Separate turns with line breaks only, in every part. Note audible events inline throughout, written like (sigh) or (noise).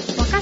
阪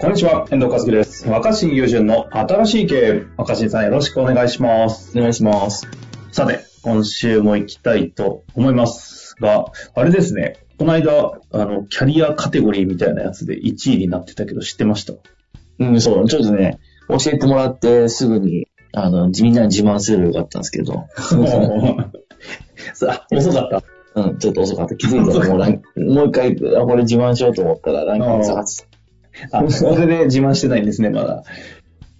こんにちは、遠藤和樹です。若新友純の新しい経営、若新さんよろしくお願いします。
お願いします。
さて、今週も行きたいと思いますが、あれですね、この間、あの、キャリアカテゴリーみたいなやつで1位になってたけど知ってました
うん、そう、ちょっとね、教えてもらってすぐに、あの、みんなに自慢すればよかったんですけど、 (laughs)
(laughs) さあ、遅かった。
うん、ちょっと遅かった。気づいたらもうラン、もう一回、あ、これ自慢しようと思ったらランキング下がって
あ、それで自慢してないんですね、まだ。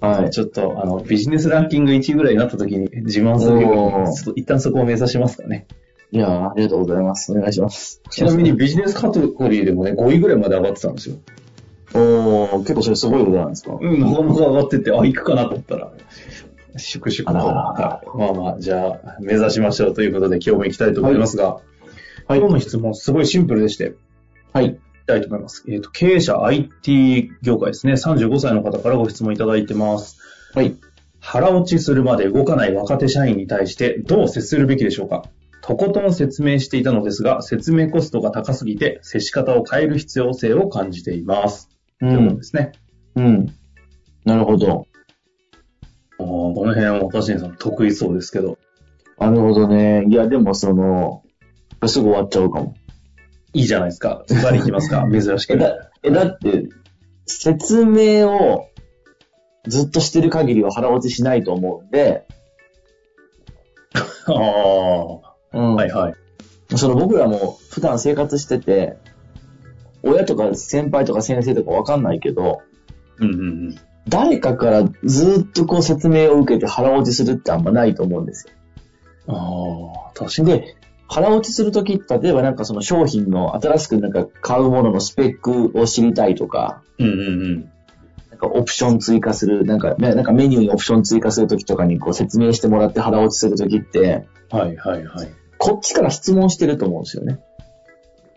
た。はい。
ちょっと、あの、ビジネスランキング1位ぐらいになった時に自慢するよ
お
う
ー
に、ちょっと一旦そこを目指しますかね。
いやーありがとうございます。お願いします。
ちなみに、ビジネスカテゴリーでもね、5位ぐらいまで上がってたんですよ。
おー、結構それすごいことなんですか
うん、なかなか上がってて、あ、行くかなと思ったら、粛々と。
あらあら
はいまあまあ、じゃあ、目指しましょうということで、今日も行きたいと思いますが、
はい
今日の質問、すごいシンプルでして、
はい。
いきたいと思います。えっ、と、経営者 IT 業界ですね、35歳の方からご質問いただいてます。
はい。
腹落ちするまで動かない若手社員に対して、どう接するべきでしょうかとことん説明していたのですが、説明コストが高すぎて、接し方を変える必要性を感じています。
う
ということ
ん
で。すね。
うん。なるほど。
あーこの辺は若新さん得意そうですけど、
なるほどね。いや、でもその、すぐ終わっちゃうかも。
いいじゃないですか。ズバリいきますか。 (laughs) 珍し
え、
く。
だ、え、だって、説明をずっとしてる限りは腹落ちしないと思うんで、
ああ。は
うん
いはい。
その僕らも普段生活してて、親とか先輩とか先生とかわかんないけど、
うんうん
誰かからずっとこう説明を受けて腹落ちするってあんまないと思うんですよ。
うん。ああ、確かに。
で、腹落ちするとき、例えばなんかその商品の新しくなんか買うもののスペックを知りたいとか、
うんうんうん。
なんかオプション追加する、なんか、ね、なんかメニューにオプション追加するときとかにこう説明してもらって腹落ちするときって、
はいはいはい。
こっちから質問してると思うんですよね。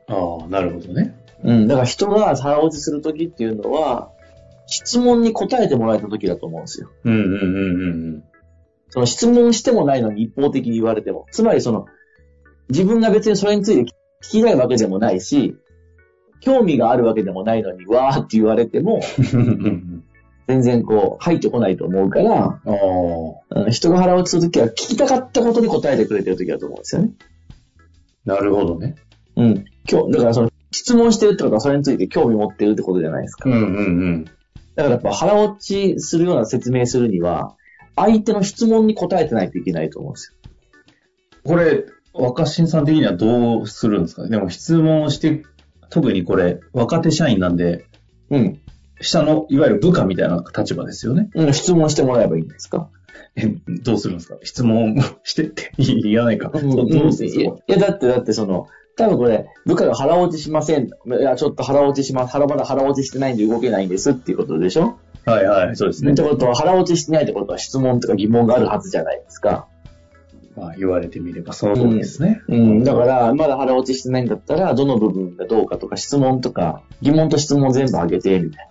ああ、なるほどね。
うん。だから人が腹落ちするときっていうのは、質問に答えてもらえたときだと思うんですよ。
うんうんうんうん
その質問してもないのに一方的に言われても。つまりその、自分が別にそれについて聞きたいわけでもないし、興味があるわけでもないのに、わーって言われても、
うん。
全然こう、入ってこないと思うから、
ああ、
うん人が腹落ちするときは聞きたかったことに答えてくれてるときだと思うんですよね。
なるほどね。
うん。今日、だからその質問してるってことはそれについて興味持ってるってことじゃないですか。
うんうん
だからやっぱ腹落ちするような説明するには、相手の質問に答えてないといけないと思うんですよ。
うん。これ、若新さん的にはどうするんですかでも質問をして、特にこれ、若手社員なんで、
うん。
下の、いわゆる部下みたいな立場ですよね。
うん、質問してもらえばいいんですか
え、どうするんですか質問してって言わないか。ど
いや
どうするんです
い
か
や、だって、だってその、多分これ、部下が腹落ちしません。いや、ちょっと腹落ちします。腹まだ腹落ちしてないんで動けないんですっていうことでしょ、
はいはい、そうですね
っ。てことは、腹落ちしてないってことは質問とか疑問があるはずじゃないですか。
まあ、言われてみればその通りですね。
うん、だから、まだ腹落ちしてないんだったら、どの部分がどうかとか、質問とか、疑問と質問全部上げて、みたい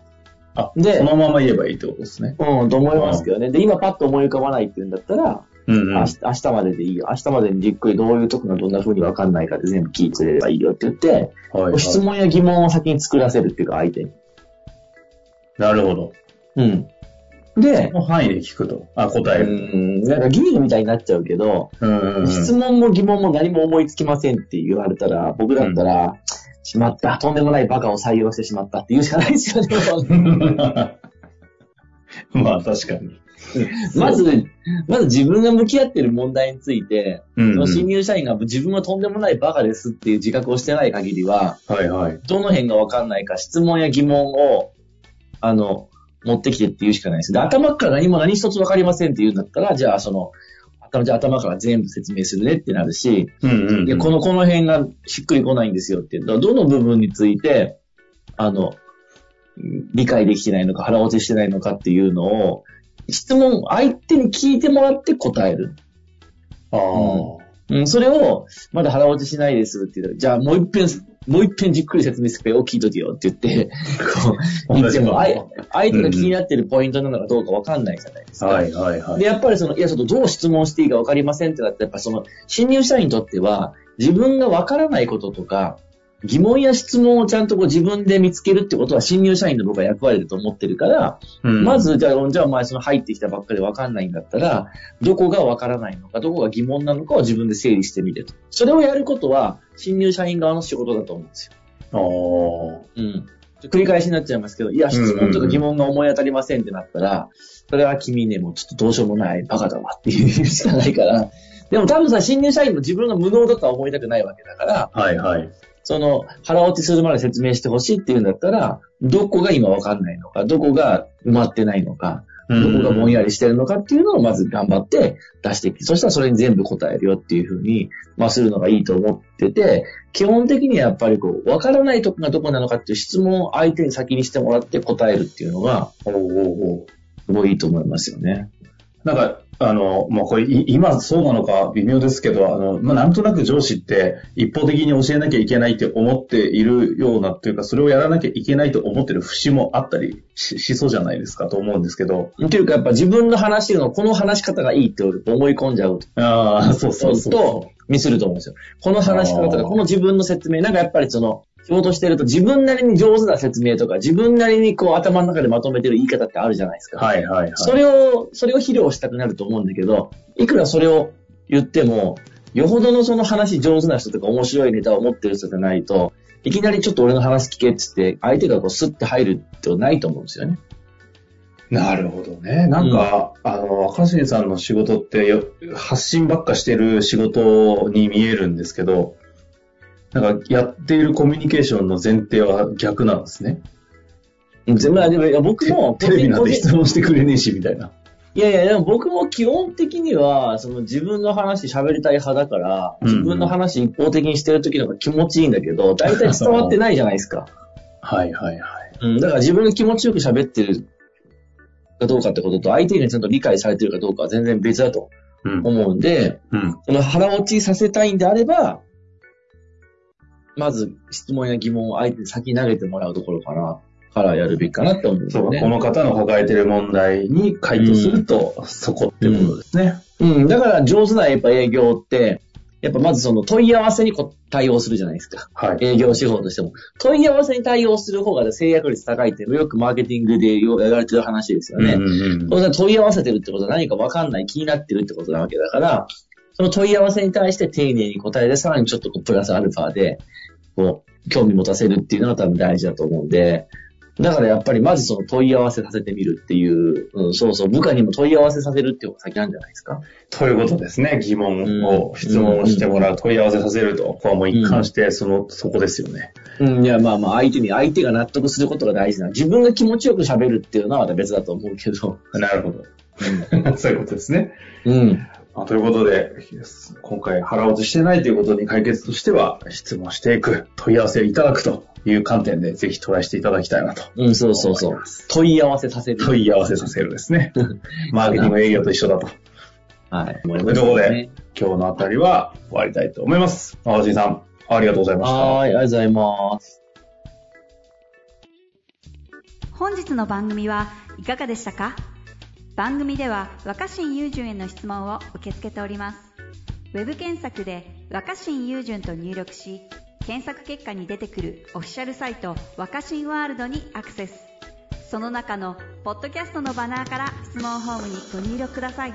あ、
で
そのまま言えばいいってことですね。
な。うん、と思いますけどね。で、今パッと思い浮かばないっていうんだったら、
うん
明日明日まででいいよ。明日までにじっくりどういうとこがどんな風に分かんないかで全部聞いてくれればいいよって言って、
はい、はい
質問や疑問を先に作らせるっていうか、相手に。
なるほど。
うん。で
こ、の範囲で聞くと。あ、答え
う
る。
ん、なんか義務みたいになっちゃうけど、
うんうんうん
質問も疑問も何も思いつきませんって言われたら、僕だったら、しまった、とんでもないバカを採用してしまったって言うしかないですよね。
(laughs) まあ、確かに。
まず、まず自分が向き合ってる問題について、
うん
そ
うん
の新入社員が自分はとんでもないバカですっていう自覚をしてない限りは、
はいはい。
どの辺がわかんないか質問や疑問を、あの、持ってきてって言うしかないです。で、頭から何も何一つわかりませんって言うんだったら、じゃあその、頭じゃあ頭から全部説明するねってなるし、
うんうんうん
で、この、この辺がしっくりこないんですよっていうと、どの部分について、あの、理解できてないのか腹落ちしてないのかっていうのを、質問、相手に聞いてもらって答える。
ああ、
うん、それを、まだ腹落ちしないですって言ったら、じゃあもう一遍、もう一遍じっくり説明するから聞いとけよって言
(laughs)
って、こう、言っても、あい相手が気になってるポイントなのかどうかわかんないじゃないですか。
はいはいはい。
で、やっぱりその、いや、ちょっとどう質問していいかわかりませんってなって、やっぱその、新入社員にとっては、自分がわからないこととか、疑問や質問をちゃんとこう自分で見つけるってことは新入社員の僕は役割だと思ってるから、
うん
ま、ず、じゃあ、じゃあお前その入ってきたばっかりわかんないんだったら、どこがわからないのか、どこが疑問なのかを自分で整理してみると。それをやることは、新入社員側の仕事だと思うんですよ。
ああ。
うん。繰り返しになっちゃいますけど、いや、質問とか疑問が思い当たりませんってなったら、それは君ね、もうちょっとどうしようもない、バカだわっていうしかないから、 (laughs) でも多分さ、新入社員も自分が無能だとは思いたくないわけだから、
はいはい。
その、腹落ちするまで説明してほしいっていうんだったら、どこが今わかんないのか、どこが埋まってないのか、
う
どこがぼんや
り。
りしてるのかっていうのをまず頑張って出してきて、そしたらそれに全部答えるよっていうふうに、まあするのがいいと思ってて、基本的にはやっぱりこう、わからないとこがどこなのかっていう質問を相手に先にしてもらって答えるっていうのが、
おうおうおう
すごいいいと思いますよね。
なんか、あの、まあ、これ、い今そうなのか微妙ですけど、あの、まあ、なんとなく上司って一方的に教えなきゃいけないって思っているようなっていうか、それをやらなきゃいけないと思ってる節もあったりししそうじゃないですかと思うんですけど。
というかやっぱ自分の話してるのはこの話し方がいいって思い込んじゃうと
ああ、そうそうそう。
とミスると思うんですよ。この話し方と
あ
か、
ー
この自分の説明、なんかやっぱりその、仕事してると自分なりに上手な説明とか、自分なりにこう頭の中でまとめてる言い方ってあるじゃないですか。
はいはいはい。
それを、それを披露したくなると思うんだけど、いくらそれを言っても、よほどのその話上手な人とか面白いネタを持ってる人じゃないと、いきなりちょっと俺の話聞けってって、相手がこうスッて入るってないと思うんですよね。
なるほどね。なんか、あの、若新さんの仕事ってよ発信ばっかしてる仕事に見えるんですけど、なんか、やっているコミュニケーションの前提は逆なんですね。
全部、でもいや僕も
(laughs) テレビなん
個
て
人
質問してくれねえし、みたいな。
いやいや、でも僕も基本的には、その自分の話喋りたい派だから、
うんうん
自分の話一方的にしてる時の方が気持ちいいんだけど、大体伝わってないじゃないですか。
はいはいはい。
うん、だから自分が気持ちよく喋ってるかどうかってことと、相手にちゃんと理解されてるかどうかは全然別だと
うん。
思うんで、
うん。
その腹落ちさせたいんであれば、まず質問や疑問を相手に先に投げてもらうところかな、からやるべきかなって思うんです
そう
よ
か、
ね。
この方の抱えてる問題に回答すると、そこってことですね。
うん、だから上手なやっぱ営業って、やっぱまずその問い合わせにこ対応するじゃないですか。
はい。
営業手法としても。問い合わせに対応する方が制約率高いって、よくマーケティングで言われてる話ですよね。
うんうんうん
当然問い合わせてるってことは何か分かんない、気になってるってことなわけだから、その問い合わせに対して丁寧に答えて、さらにちょっとこうプラスアルファで、こう、興味持たせるっていうのが多分大事だと思うんで、だからやっぱりまずその問い合わせさせてみるっていう、うん、そうそう、部下にも問い合わせさせるっていうのが先なんじゃないですか。
ということですね。疑問を、質問をしてもらう、問い合わせさせると、ここはもう一貫して、その、そこですよね。
うん、いや、まあまあ、相手に、相手が納得することが大事な。自分が気持ちよく喋るっていうのはまた別だと思うけど。
なるほど。 (laughs) そういうことですね。
うん。
まあということで、今回腹落ちしてないということに解決としては、質問していく、問い合わせいただくという観点で、ぜひトライしていただきたいなと。
うん、そうそうそ
思いうま。す
問い合わせさせる。
問い合わせさせるですね。 (laughs) マーケティング営業と一緒だと。
はい。
ということで、今日のあたりは終わりたいと思います。青井さん、ありがとうございました。
はい、ありがとうございます。
本日の番組はいかがでしたか番組では若新雄純への質問を受け付けておりますウェブ検索で「若新雄純」と入力し検索結果に出てくるオフィシャルサイト「若新ワールド」にアクセスその中の「ポッドキャスト」のバナーから質問ホームにご入力ください